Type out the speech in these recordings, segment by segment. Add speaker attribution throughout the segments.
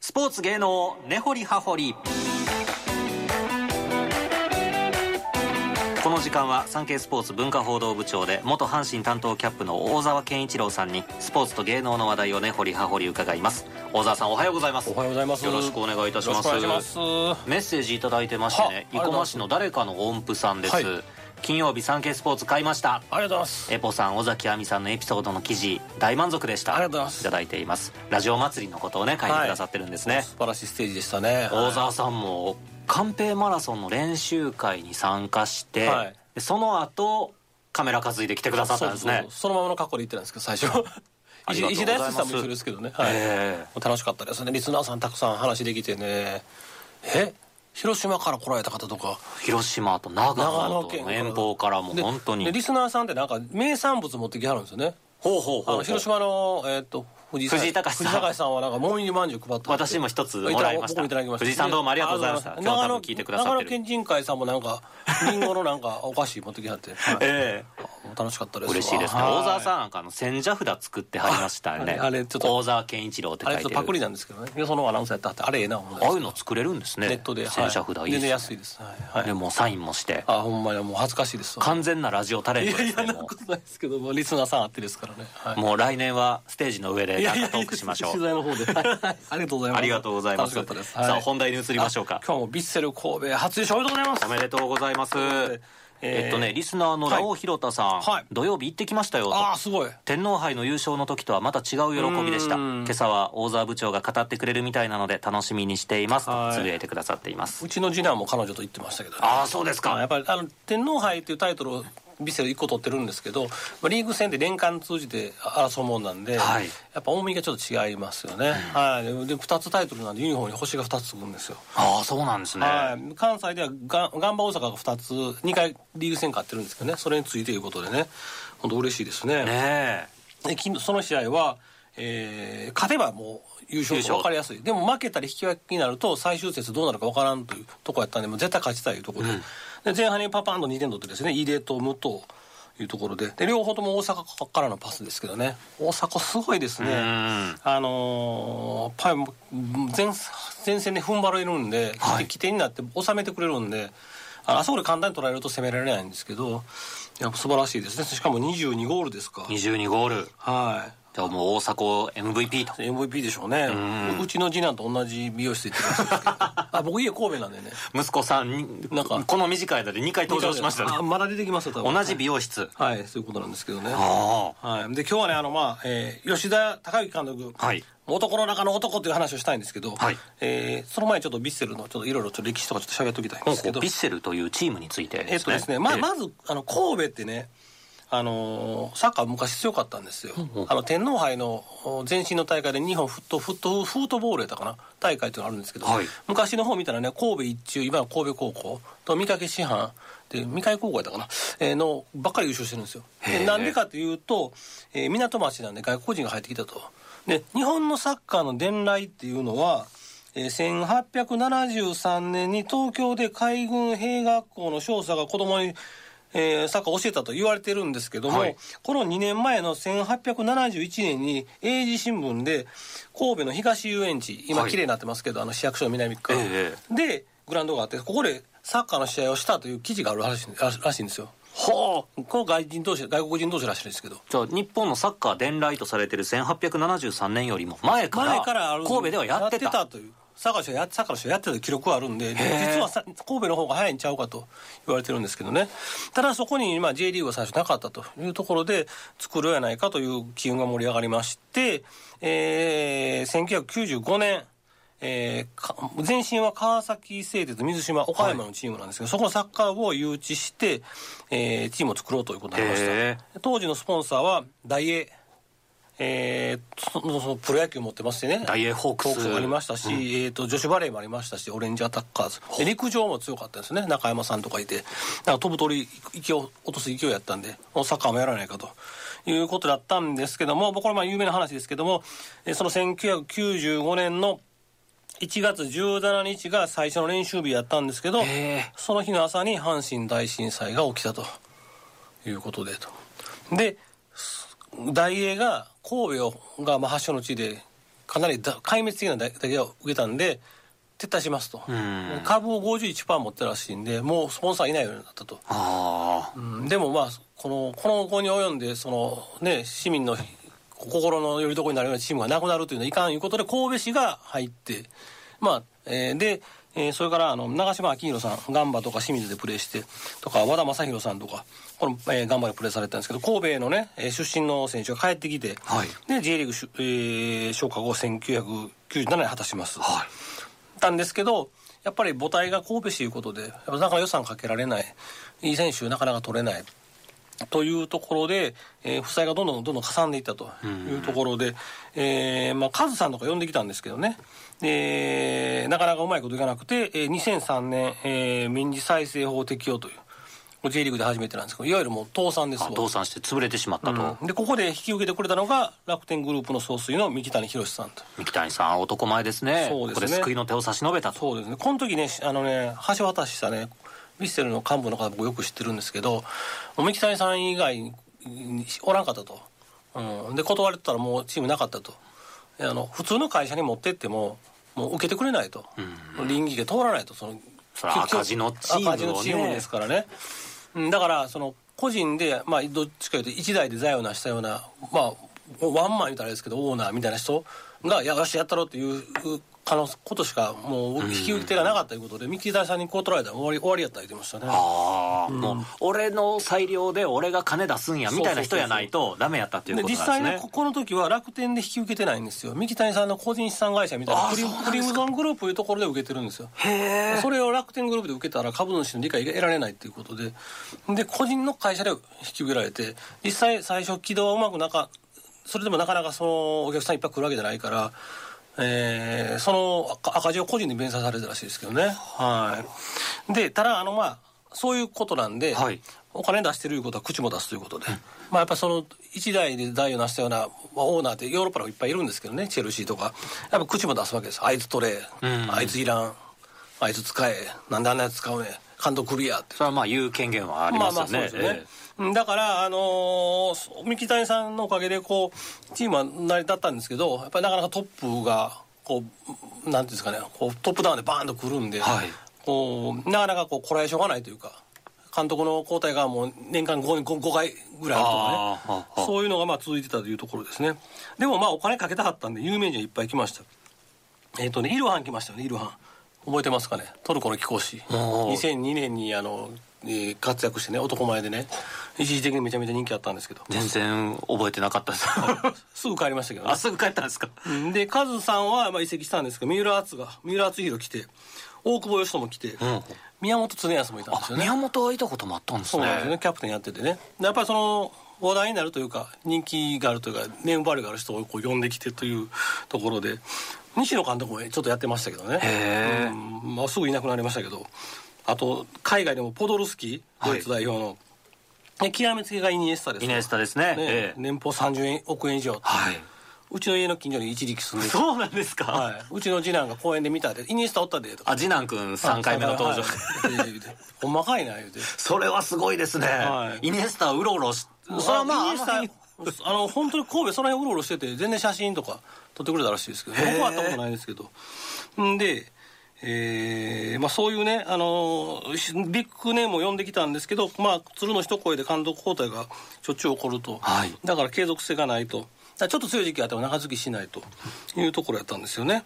Speaker 1: スポーツ芸能根掘り葉掘りこの時間は産経スポーツ文化報道部長で元阪神担当キャップの大沢健一郎さんにスポーツと芸能の話題を根掘り葉掘り伺います大沢さんおはようございます
Speaker 2: おはようございます
Speaker 1: よろしくお願いいたします
Speaker 2: よろしくお願いします
Speaker 1: メッセージいただいてましてね生
Speaker 2: はあ
Speaker 1: 駒市の誰かの音符さんです、
Speaker 2: はい
Speaker 1: 金曜日産経スポーツ買いました
Speaker 2: ありがとうございます
Speaker 1: エポさん尾崎亜美さんのエピソードの記事大満足でした
Speaker 2: ありがとうございます
Speaker 1: ただいていますラジオ祭りのことをね書いてくださってるんですね、
Speaker 2: 素晴らしいステージでしたね
Speaker 1: 大沢さんも寛平マラソンの練習会に参加して、
Speaker 2: はい
Speaker 1: でその後カメラ担いで来てくださったんですね
Speaker 2: そうそうそうそのままの格好で言ってたんですけど最初
Speaker 1: ありがとうございます
Speaker 2: 石石田康さんも一緒ですけどね、はい
Speaker 1: え
Speaker 2: 楽しかったですねリスナーさんたくさん話できてねえ広島から来られた方とか
Speaker 1: 広島と長野
Speaker 2: 長野
Speaker 1: と
Speaker 2: 県
Speaker 1: 遠方からも
Speaker 2: で
Speaker 1: 本当に
Speaker 2: でリスナーさんってなんか名産物持ってきはるんですよね
Speaker 1: ほうほう
Speaker 2: あ
Speaker 1: ほう
Speaker 2: の広島の、えーっと藤井
Speaker 1: 藤井隆さん
Speaker 2: 藤井隆さんはなんかもみじまんじゅう配ったって
Speaker 1: 私も一つもらいました
Speaker 2: 僕もいただきました
Speaker 1: 藤井さんどうもありがとうございました
Speaker 2: あり
Speaker 1: 今
Speaker 2: が
Speaker 1: 日
Speaker 2: と
Speaker 1: は多分
Speaker 2: うございます
Speaker 1: 聞いてくださっ
Speaker 2: 長
Speaker 1: て
Speaker 2: 野
Speaker 1: る
Speaker 2: 県人会さんもなんかりんごのなんかお菓子持ってきはってはい
Speaker 1: ええ
Speaker 2: 楽しかったですわ
Speaker 1: 嬉しいですね
Speaker 2: は
Speaker 1: 大沢さんなんかあの千社札作ってはりましたよね
Speaker 2: ああれちょっと
Speaker 1: 大沢健一郎って書
Speaker 2: あ
Speaker 1: い
Speaker 2: れ
Speaker 1: て
Speaker 2: ちょっ
Speaker 1: る
Speaker 2: とパクリなんですけどねでそのアナウンサーやったってあれええな思うんです
Speaker 1: ああいうの作れるんですね
Speaker 2: ネットで
Speaker 1: 千社札
Speaker 2: はい
Speaker 1: いい
Speaker 2: 全然
Speaker 1: です
Speaker 2: 安いですはい、はい
Speaker 1: でもうサインもして
Speaker 2: あほんまにもう恥ずかしいですわ
Speaker 1: 完全なラジオタレ
Speaker 2: い
Speaker 1: ント
Speaker 2: や
Speaker 1: で
Speaker 2: い
Speaker 1: すね
Speaker 2: やな
Speaker 1: もう
Speaker 2: ことないですけどもうリスナーさんあってですからね、はい
Speaker 1: もう来年はステージの上でなんかトークしましょ
Speaker 2: 取
Speaker 1: う。
Speaker 2: 材の方で、はいありがとうございます
Speaker 1: ありがとうございます。
Speaker 2: 楽しかったです、
Speaker 1: さあ本題に移りましょうか
Speaker 2: あ。今日もヴィッセル神戸初優勝おめでとうございます
Speaker 1: おめでとうございます。
Speaker 2: えー
Speaker 1: えっとねリスナーのラオひろたさん、
Speaker 2: はい
Speaker 1: 土曜日行ってきましたよと。
Speaker 2: ああすごい
Speaker 1: 天皇杯の優勝の時とはまた違う喜びでした今朝は大沢部長が語ってくれるみたいなので楽しみにしていますと
Speaker 2: はい
Speaker 1: つぶやいてくださっています
Speaker 2: うちの次男も彼女と行ってましたけどね、
Speaker 1: ああそうです
Speaker 2: やっ
Speaker 1: か
Speaker 2: ぱりあの天皇杯というタイトルをヴィッセル1個取ってるんですけど、まあ、リーグ戦で年間通じて争うもんなんで、
Speaker 1: はい
Speaker 2: やっぱ重みがちょっと違いますよね、はい、で2つタイトルなんでユニフォームに星が2つつくんですよ、
Speaker 1: ああそうなんですね
Speaker 2: はい、関西ではガンガンバ大阪が2つ2回リーグ戦勝ってるんですけどねそれについていうことでね本当嬉しいですね
Speaker 1: ねえ
Speaker 2: で昨日その試合は、えー勝てばもう優勝
Speaker 1: 優勝
Speaker 2: 分かりやすいでも負けたり引き分けになると最終節どうなるか分からんというとこやったんでもう絶対勝ちたいというところで,、で前半にパパンと2点取ってですね井出と武藤というところでで両方とも大阪からのパスですけどね大阪すごいですね
Speaker 1: ん
Speaker 2: あのー、やっぱり前前線で踏ん張れるんで、
Speaker 1: はい
Speaker 2: 起点になって収めてくれるんでああそこで簡単に取られると攻められないんですけどいや素晴らしいですねしかも22ゴールですか
Speaker 1: 22ゴール
Speaker 2: はい
Speaker 1: じゃあもう大迫 MVP と
Speaker 2: MVP でしょうねうちの次男と同じ美容室行って ますけどあ僕家神戸なんでね
Speaker 1: 息子さんに
Speaker 2: なんか
Speaker 1: この短い間で2回登場しましたね
Speaker 2: あまだ出てきますよ多分
Speaker 1: 同じ美容室
Speaker 2: はいそういうことなんですけどね
Speaker 1: あ
Speaker 2: はい、で今日はねあの、まあえー吉田孝之監督、
Speaker 1: はい
Speaker 2: 男の中の男という話をしたいんですけど、
Speaker 1: はい
Speaker 2: えーその前にちょっとヴィッセルのちょっといろいろちょっと歴史とかちょっと喋っておきたいん
Speaker 1: あ
Speaker 2: ですけど
Speaker 1: ビッセルというチームについてですね
Speaker 2: えっとですね、ま
Speaker 1: ええ
Speaker 2: まずあの神戸ってね、あのーサッカー昔強かったんですよ、あの天皇杯のお前身の大会で日本フットフットフットボールやったかな大会っていうのがあるんですけど、
Speaker 1: はい
Speaker 2: 昔の方見たらね神戸一中今の神戸高校と三掛師範で三掛高校やったかな、えーのばっかり優勝してるんですよ
Speaker 1: へえ
Speaker 2: でなんでかというと、えー港町なんで外国人が入ってきたとで日本のサッカーの伝来っていうのはえー1873年に東京で海軍兵学校の少佐が子供に、えーサッカーを教えたと言われてるんですけども、
Speaker 1: はい
Speaker 2: この2年前の1871年に英字新聞で神戸の東遊園地今
Speaker 1: はい
Speaker 2: 綺麗になってますけど、あの市役所の南側、
Speaker 1: え
Speaker 2: でグラウンドがあってここでサッカーの試合をしたという記事があるらしいららしいんですよ。
Speaker 1: はあ
Speaker 2: この外人同士外国人同士らしいんですけど
Speaker 1: じゃあ日本のサッカー伝来とされてる1873年よりも前から
Speaker 2: 前からある
Speaker 1: 神戸ではやってた
Speaker 2: というサッカーの人やサッカーの人やってた記録はあるんで実はさ神戸の方が早いんちゃうかと言われてるんですけどねただそこにまあ J リーグは最初なかったというところで作ろうやないかという機運が盛り上がりまして、えー1995年えーか前身は川崎製鉄水島岡山のチームなんですけど、そこのサッカー部を誘致して、えーチームを作ろうということになりました、
Speaker 1: へ
Speaker 2: 当時のスポンサーは大英えーそのそのプロ野球持ってましてね
Speaker 1: ダイエーホーク
Speaker 2: ホークス
Speaker 1: ス
Speaker 2: もありましたし、えー、と女子バレーもありましたしオレンジアタッカーズで陸上も強かったですね中山さんとかいてなんか飛ぶ鳥勢を落とす勢いやったんでもうサッカーもやらないかということだったんですけども僕これまあ有名な話ですけどもえーその1995年の1月17日が最初の練習日やったんですけど
Speaker 1: へえ
Speaker 2: その日の朝に阪神大震災が起きたということでとで大英が神戸をがまあ発祥の地でかなりだ壊滅的な打撃を受けたんで、撤退しますと
Speaker 1: うん、
Speaker 2: 株を51%持ってるらしいんで、もうスポンサーいないようになったと、
Speaker 1: あ
Speaker 2: うんでもまあこの、この後に及んでその、ね、市民の心のよりどころになるようなチームがなくなるというのはいかんいうことで、神戸市が入って、まあえーでえーそれからあの長嶋昭弘さん、ガンバとか清水でプレーして、とか和田正宏さんとか、この、えーガンバでプレーされてたんですけど、神戸の、ね、えー出身の選手が帰ってきて、
Speaker 1: あはい
Speaker 2: で J リーグしゅ、えー昇格を1997年に果たします。
Speaker 1: はい
Speaker 2: ったんですけどやっぱり母体が神戸市ということでやっぱなかなか予算かけられないいい選手なかなか取れないというところで、えー負債がどんどんどんどんかさんでいったというところで、えーまあ、カズさんとか呼んできたんですけどねでなかなかうまいこといかなくて、えー2003年、えー民事再生法適用というこれ J リーグで初めてなんですけどいわゆるもう倒産です
Speaker 1: あ
Speaker 2: わ
Speaker 1: 倒産して潰れてしまったと、
Speaker 2: うんでここで引き受けてくれたのが楽天グループの総帥の三木谷博さんと
Speaker 1: 三木谷さん男前ですね
Speaker 2: そうで
Speaker 1: ここ
Speaker 2: すね
Speaker 1: で救いの手を差し伸べたと
Speaker 2: そうですねこの時ねあのね橋渡したねヴィッセルの幹部の方僕よく知ってるんですけどもう三木谷さん以外におらんかったと、うん、で断れてたらもうチームなかったとであの普通の会社に持ってってももう受けてくれないと、倫理で通らないとその
Speaker 1: それは赤字のチームをね
Speaker 2: 赤字のチームですからねうんだからその個人で、まあ、どっちかというと一代で財を成したような、まあ、ワンマンみたいですけどオーナーみたいな人が「いやよしやったろ」っていう可能ことしかもう引き受け手がなかったということで三木谷さんにこう取られたら終わり終わりやった言ってましたね。
Speaker 1: ああ、もう俺の裁量で俺が金出すんやみたいな人やないとダメやったっていう
Speaker 2: で
Speaker 1: ことなん
Speaker 2: 実
Speaker 1: ですね
Speaker 2: 際ねここの時は楽天で引き受けてないんですよ三木谷さんの個人資産会社みたいな
Speaker 1: あー
Speaker 2: プリ
Speaker 1: そうなん
Speaker 2: プリムゾングループというところで受けてるんですよそれを楽天グループで受けたら株主の理解が得られないということでで個人の会社で引き受けられて実際最初軌道はうまくなかそれでもなかなかそのお客さんいっぱい来るわけじゃないから、えーその赤赤字を個人で弁済されてたらしいですけどねはいでただあのまあそういうことなんで、
Speaker 1: はい
Speaker 2: お金出してるいうことは口も出すということで、まあやっぱその一代で代を成したようなまあオーナーってヨーロッパの方いっぱいいるんですけどねチェルシーとかやっぱ口も出すわけですあいつ取れ、
Speaker 1: ん
Speaker 2: あいついらんあいつ使えなんであんなやつ使うねん監督クリアって
Speaker 1: それはまあ言う権限はありますよね,ええ、
Speaker 2: そうですよねうんだから、あのーそう三木谷さんのおかげでこうチームは成り立ったんですけどやっぱりなかなかトップがこうなんていうんですかねこうトップダウンでバーンとくるんで、
Speaker 1: はい
Speaker 2: こうなかなかこうこらえしょうがないというか監督の交代がもう年間 5, 回ぐらいあるとかね。
Speaker 1: ああはあはあ
Speaker 2: そういうのがまあ続いてたというところですね。でもまあお金かけたかったんで有名人はいっぱい来ました。えっ、とねイルハン来ましたよねイルハン覚えてますかねトルコの貴公子。
Speaker 1: おー
Speaker 2: 2002年にあの、えー活躍してね男前でね一時的にめちゃめちゃ人気あったんですけど
Speaker 1: 全然覚えてなかったです
Speaker 2: すぐ帰りましたけどね
Speaker 1: あ。すぐ帰ったんですか
Speaker 2: うんでカズさんはまあ移籍したんですけど三浦篤が三浦篤弘来て大久保嘉人も来て、
Speaker 1: ん
Speaker 2: 宮本恒康もいたんですよね。
Speaker 1: 宮本はいたこともあったんです
Speaker 2: そう
Speaker 1: ね
Speaker 2: なんですよね、キャプテンやっててね。でやっぱりその話題になるというか、人気があるというか、ネームバリューがある人をこう呼んできてというところで、西野監督もちょっとやってましたけどね。
Speaker 1: へえ
Speaker 2: うんまあ、すぐいなくなりましたけど、あと、海外でもポドルスキー、ドイツ代表の、ね極めつけがイニエスタです
Speaker 1: イ
Speaker 2: よ
Speaker 1: ネスタですね
Speaker 2: ね
Speaker 1: ええ
Speaker 2: 年俸30億円以上、
Speaker 1: はいう
Speaker 2: ちの家の近所に一力住んでて
Speaker 1: そうなんですか、
Speaker 2: はい、うちの次男が公園で見たで、イニエスタおったでとか。
Speaker 1: あ次男くん3回目の登場、
Speaker 2: はいはい言うてほんまかいな、言うて。
Speaker 1: それはすごいですね、
Speaker 2: はい
Speaker 1: イネスタはうろうろし
Speaker 2: それはまあ、
Speaker 1: イニ
Speaker 2: あ
Speaker 1: エ
Speaker 2: の
Speaker 1: スタ
Speaker 2: 辺あの本当に神戸その辺うろうろしてて全然写真とか撮ってくれたらしいですけど僕は会ったことないですけどんで、えーまあ、そういうねあのしビッグネームを呼んできたんですけど、まあ、鶴の一声で監督交代がしょっちゅう起こると、
Speaker 1: はい
Speaker 2: だから継続性がないとだからちょっと強い時期があっても長続きしないというところやったんですよね。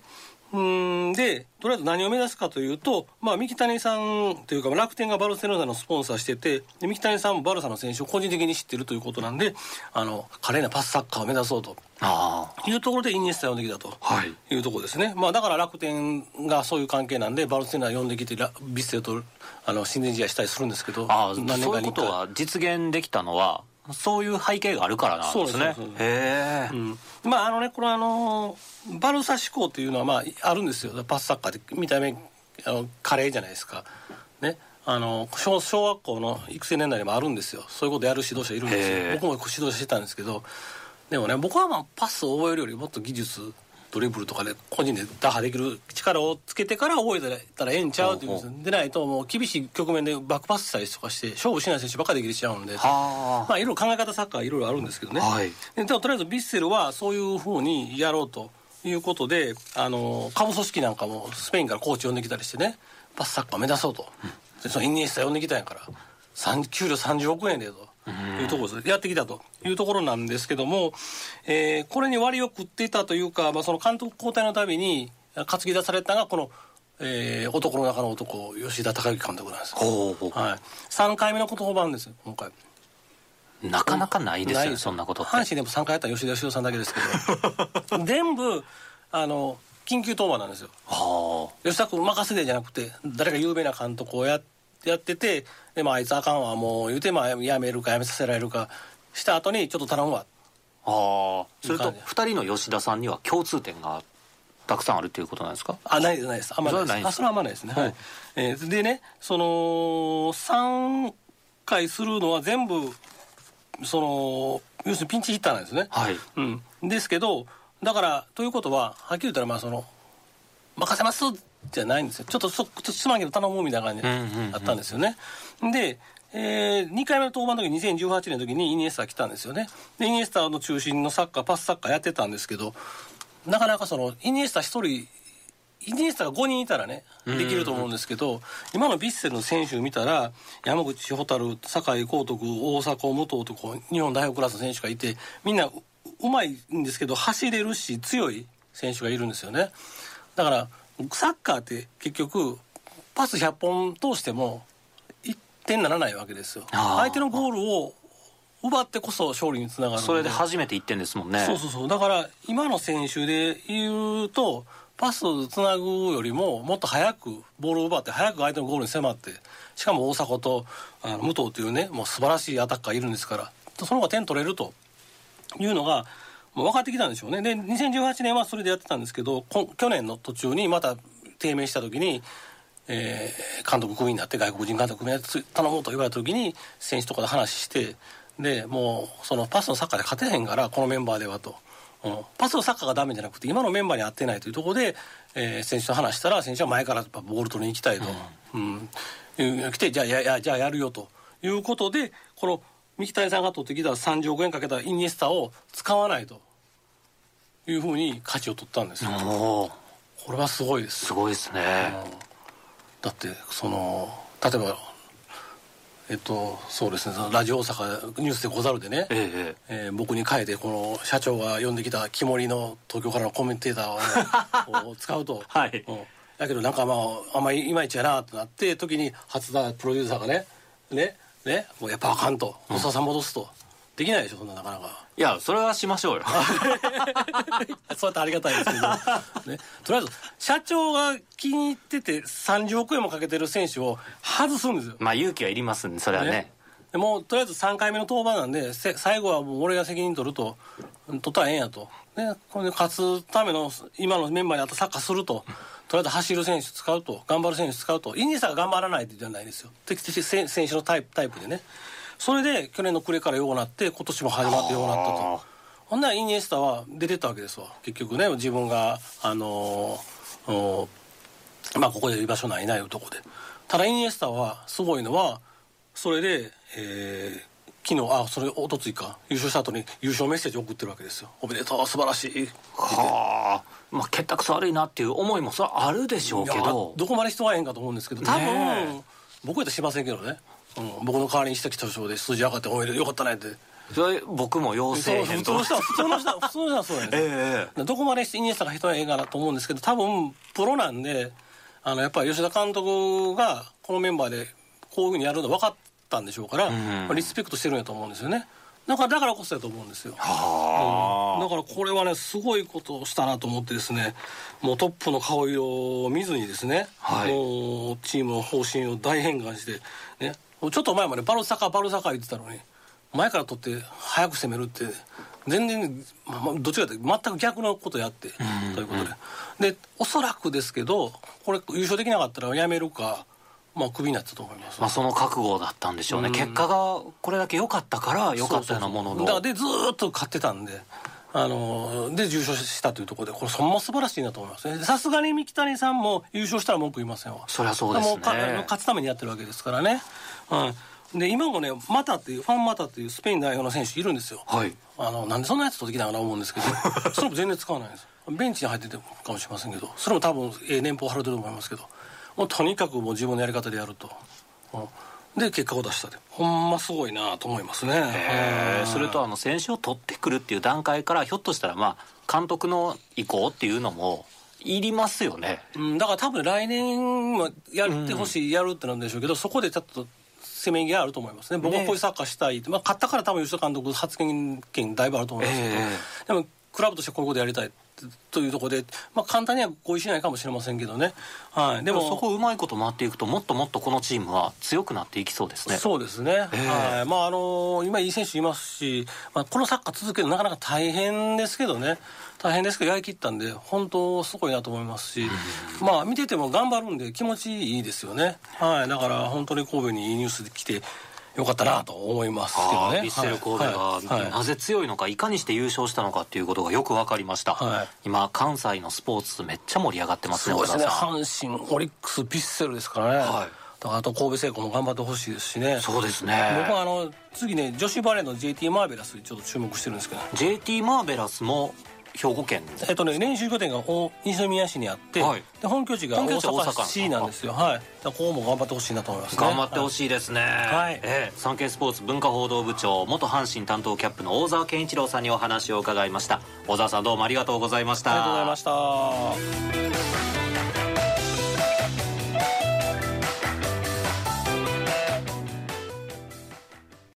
Speaker 2: うんでとりあえず何を目指すかというと、まあ、三木谷さんというか楽天がバルセロナのスポンサーしててで三木谷さんもバルサの選手を個人的に知ってるということなんであの華麗なパスサッカーを目指そうと
Speaker 1: ああ
Speaker 2: いうところでイニエスタを呼んできたと
Speaker 1: はい
Speaker 2: いうところですね、まあ、だから楽天がそういう関係なんでバルセロナ呼んできてラビッセルとあの親善試合したりするんですけど
Speaker 1: ああ
Speaker 2: 何年
Speaker 1: そう
Speaker 2: か
Speaker 1: いう
Speaker 2: に
Speaker 1: こと
Speaker 2: 一回
Speaker 1: は実現できたのはそういう背景があるからなんですね
Speaker 2: そうですそうです
Speaker 1: へえ、
Speaker 2: うんまああのねこれはあのバルサ思考というのはまああるんですよパスサッカーって見た目あのカレーじゃないですかねあの小小学校の育成年代にもあるんですよそういうことやる指導者いるん
Speaker 1: へえ
Speaker 2: ですよ僕も指導してたんですけどでもね僕はまあパスを覚えるよりもっと技術ドリブルとかで個人で打破できる力をつけてから覚えたらええんちゃうっていうんですよ
Speaker 1: ほ
Speaker 2: でないともう厳しい局面でバックパスしたりとかして勝負しない選手ばっかりできちゃうんで
Speaker 1: はあ、
Speaker 2: まあ、いろいろ考え方サッカーいろいろあるんですけどね、
Speaker 1: はい
Speaker 2: ででもとりあえずヴィッセルはそういうふうにやろうということで、あの下部組織なんかもスペインからコーチ呼んできたりしてねパスサッカー目指そうと、でそのイニエスタ呼んできたんやから三給料30億円でと。いうところですやってきたというところなんですけども、えーこれに割を食っていたというか、まあ、その監督交代のたびに担ぎ出されたのがこの、えー男の中の男吉田隆之監督なんです、
Speaker 1: ほうほうほう
Speaker 2: はい、3回目の言葉なんですよ今回
Speaker 1: なかなかないですよねそんなことって
Speaker 2: 阪神でも3回やったら吉田義雄さんだけですけ ど全部あの緊急登板なんですよ
Speaker 1: は
Speaker 2: 吉田君任せでじゃなくて誰か有名な監督をややっててで、まあ、あいつあかんわもう言うて、まあ、やめるかやめさせられるかした後にちょっと頼むわ
Speaker 1: あはあそれ
Speaker 2: い
Speaker 1: と
Speaker 2: い感じ
Speaker 1: 2人の吉田さんには共通点がたくさんあるということなんですか
Speaker 2: あないですないですあんまないです
Speaker 1: それはないです
Speaker 2: あそれはあんまないですね、はいえーでねその3回するのは全部その要するにピンチヒッターなんですね、
Speaker 1: はい
Speaker 2: うん、ですけどだからということははっきり言ったらまあその任せますじゃないんですよちょっとそちょっとすまんけど頼もうみたいな感じ
Speaker 1: うんうんうん
Speaker 2: だったんですよね、で、えー2回目の登板の時2018年の時にイニエスタ来たんですよねでイニエスタの中心のサッカーパスサッカーやってたんですけどなかなかそのイニエスタ1人イニエスタが5人いたらねできると思うんですけど、今のヴィッセルの選手を見たら山口蛍酒井光徳大迫元男日本代表クラスの選手がいてみんなううまいんですけど走れるし強い選手がいるんですよねだからサッカーって結局パス100本通しても1点ならないわけですよ
Speaker 1: あー
Speaker 2: 相手のゴールを奪ってこそ勝利につながるので
Speaker 1: それで初めて1点ですもんね
Speaker 2: そうそうそうだから今の選手で言うとパスをつなぐよりももっと早くボールを奪って早く相手のゴールに迫ってしかも大迫とあの武藤というねもう素晴らしいアタッカーがいるんですからその方が点取れるというのがもう分かってきたんでしょうねで2018年はそれでやってたんですけどこ去年の途中にまた低迷した時に、えー監督クビになって外国人監督クビになってつ頼もうと言われた時に選手とかで話してでもうそのパスのサッカーで勝てへんからこのメンバーではと。うんパスのサッカーがダメじゃなくて今のメンバーに合ってないというところで、えー選手と話したら選手は前からやっぱボール取りに行きたいと、うんいう来てじゃあややじゃあやるよということでこの三木谷さんが取ってきた30億円かけたイニエスタを使わないというふうに価を取ったんですよ、
Speaker 1: も
Speaker 2: これはすごいです
Speaker 1: すごいですね
Speaker 2: だってその例えばえっとそうですねそのラジオ大阪ニュースでござるでね、
Speaker 1: えええ
Speaker 2: えー僕に変えてこの社長が呼んできた木盛りの東京からのコメンテーターをを使う と、
Speaker 1: はい
Speaker 2: うんだけどなんかまああんまりいまいちやなとなって時に初田プロデューサーがねねねもうやっぱあかんと細田さん戻すと、できないでしょそんななかなか。
Speaker 1: えいやそれはしましょうよ
Speaker 2: そうやってありがたいですけど、 ね、とりあえず社長が気に入ってて30億円もかけてる選手を外すんですよ、
Speaker 1: まあ勇気はいりますねそれはね
Speaker 2: でもうとりあえず3回目の登板なんでせ最後はもう俺が責任取ると取ったらええんやとでこれで勝つための今のメンバーにあったサッカーするととりあえず走る選手使うと頑張る選手使うとイニエスタが頑張らないってじゃないですよ適切選選手のタイプタイプでねそれで去年の暮れからようなって今年も始まってようなった
Speaker 1: あ
Speaker 2: と
Speaker 1: ー
Speaker 2: ほんならイニエスタは出てったわけですわ結局ね自分があのーおまあ、ここで居場所ないないうとこでただイニエスタはすごいのはそれで、えー昨日あそれおとついか優勝した後に優勝メッセージ送ってるわけですよおめでとう素晴らしい
Speaker 1: はあまあ結託さ悪いなっていう思いもそれはあるでしょうけ
Speaker 2: いや
Speaker 1: ど
Speaker 2: どこまで人はええんかと思うんですけど多分、
Speaker 1: ね
Speaker 2: 僕やったらしませんけどね、うん、僕の代わりにした北賞で数字上がっておめでとうよかったねって
Speaker 1: それ僕も要
Speaker 2: そう
Speaker 1: 請
Speaker 2: 普
Speaker 1: 編
Speaker 2: 通
Speaker 1: と
Speaker 2: の人は普通の人は普通の人はそうやね、
Speaker 1: え
Speaker 2: どこまでイニエスタが人はええかなと思うんですけど多分プロなんであのやっぱり吉田監督がこのメンバーでこういうふうにやるの分かったんでしょうから、
Speaker 1: ん
Speaker 2: まあリスペクトしてるんやと思うんですよねだからだからこそやと思うんですよ
Speaker 1: はあ、
Speaker 2: だからこれはねすごいことをしたなと思ってですねもうトップの顔色を見ずにですね、
Speaker 1: はい
Speaker 2: もうチームの方針を大変換して、ね、ちょっと前までバルサカバルサカ言ってたのに前から取って早く攻めるって全然、まあまあどっちかというと全く逆のことやって、ということででおそらくですけどこれ優勝できなかったらやめるか、まあ、クビになってたと思います
Speaker 1: まあ、その覚悟だったんでしょうね、結果がこれだけ良かったから良かったようなものの
Speaker 2: そうそうそうだからでずーっと買ってたんであのーで優勝したというところでこれそんな素晴らしいなと思いますねでさすがに三木谷さんも優勝したら文句言いませんわ
Speaker 1: そりゃそうですね
Speaker 2: もか勝つためにやってるわけですからね、うん、で今もねマタっていうファンマタっていうスペイン代表の選手いるんですよ
Speaker 1: はい
Speaker 2: あのなんでそんなやつ取ってきたのかな思うんですけどそれも全然使わないんですベンチに入っててるかもしれませんけどそれも多分ええ年俸払ってると思いますけどもうとにかくもう自分のやり方でやると、うんで結果を出したでほんますごいなと思いますね
Speaker 1: えー
Speaker 2: うん
Speaker 1: それとあの選手を取ってくるっていう段階からひょっとしたらまあ監督の意向っていうのもいりますよね
Speaker 2: うん、だから多分来年はやってほしい、やるってなんでしょうけど、そこでちょっとせめぎ合いあると思いますね、僕はこういうサッカーしたいって、まあ、勝ったから多分吉田監督、発言権、だいぶあると思いますけど、
Speaker 1: え
Speaker 2: でも、クラブとしてこういうことやりたいというところで、まあ、簡単には合意しないかもしれませんけどね、はい、で
Speaker 1: で
Speaker 2: も、
Speaker 1: もそこをうまいこと回っていくともっともっとこのチームは強くなっていきそうですね
Speaker 2: そうですね、
Speaker 1: ええ
Speaker 2: はいまああの今、いい選手いますし、まあ、このサッカー続けるのなかなか大変ですけどね、大変ですけど、やりきったんで、本当、すごいなと思いますし、まあ、見てても頑張るんで、気持ちいいですよね、はい、だから本当に神戸にいいニュースで来てよかったなと思いますけど
Speaker 1: あ
Speaker 2: ね。
Speaker 1: ーヴィッセル神戸
Speaker 2: はいは
Speaker 1: が
Speaker 2: い
Speaker 1: なぜ強いのかいかにして優勝したのかっていうことがよく分かりました、
Speaker 2: はい
Speaker 1: 今関西のスポーツめっちゃ盛り上がってますね
Speaker 2: そうですね、
Speaker 1: 小田さん
Speaker 2: 阪神、オリックス、ヴィッセルですからね、
Speaker 1: はい
Speaker 2: だからあと神戸製鋼も頑張ってほしいですしね、
Speaker 1: そうですね
Speaker 2: 僕はあの次ね、女子バレーの JT マーベラスにちょっと注目してるんですけど、
Speaker 1: JT マーベラスも兵庫県
Speaker 2: えっとね、練習拠点が大西宮市にあって、
Speaker 1: はい
Speaker 2: で本拠地が
Speaker 1: 本拠
Speaker 2: 大
Speaker 1: 地は大阪
Speaker 2: 阪市なんですよ、はい、だからここも頑張ってほしいなと思います、ね、
Speaker 1: 頑張ってほ
Speaker 2: しい、
Speaker 1: しいですね、
Speaker 2: はい
Speaker 1: ええ産経スポーツ文化報道部長元阪神担当キャップの大沢健一郎さんにお話を伺いました大沢さんどうもありがとうございました
Speaker 2: ありがとうございました。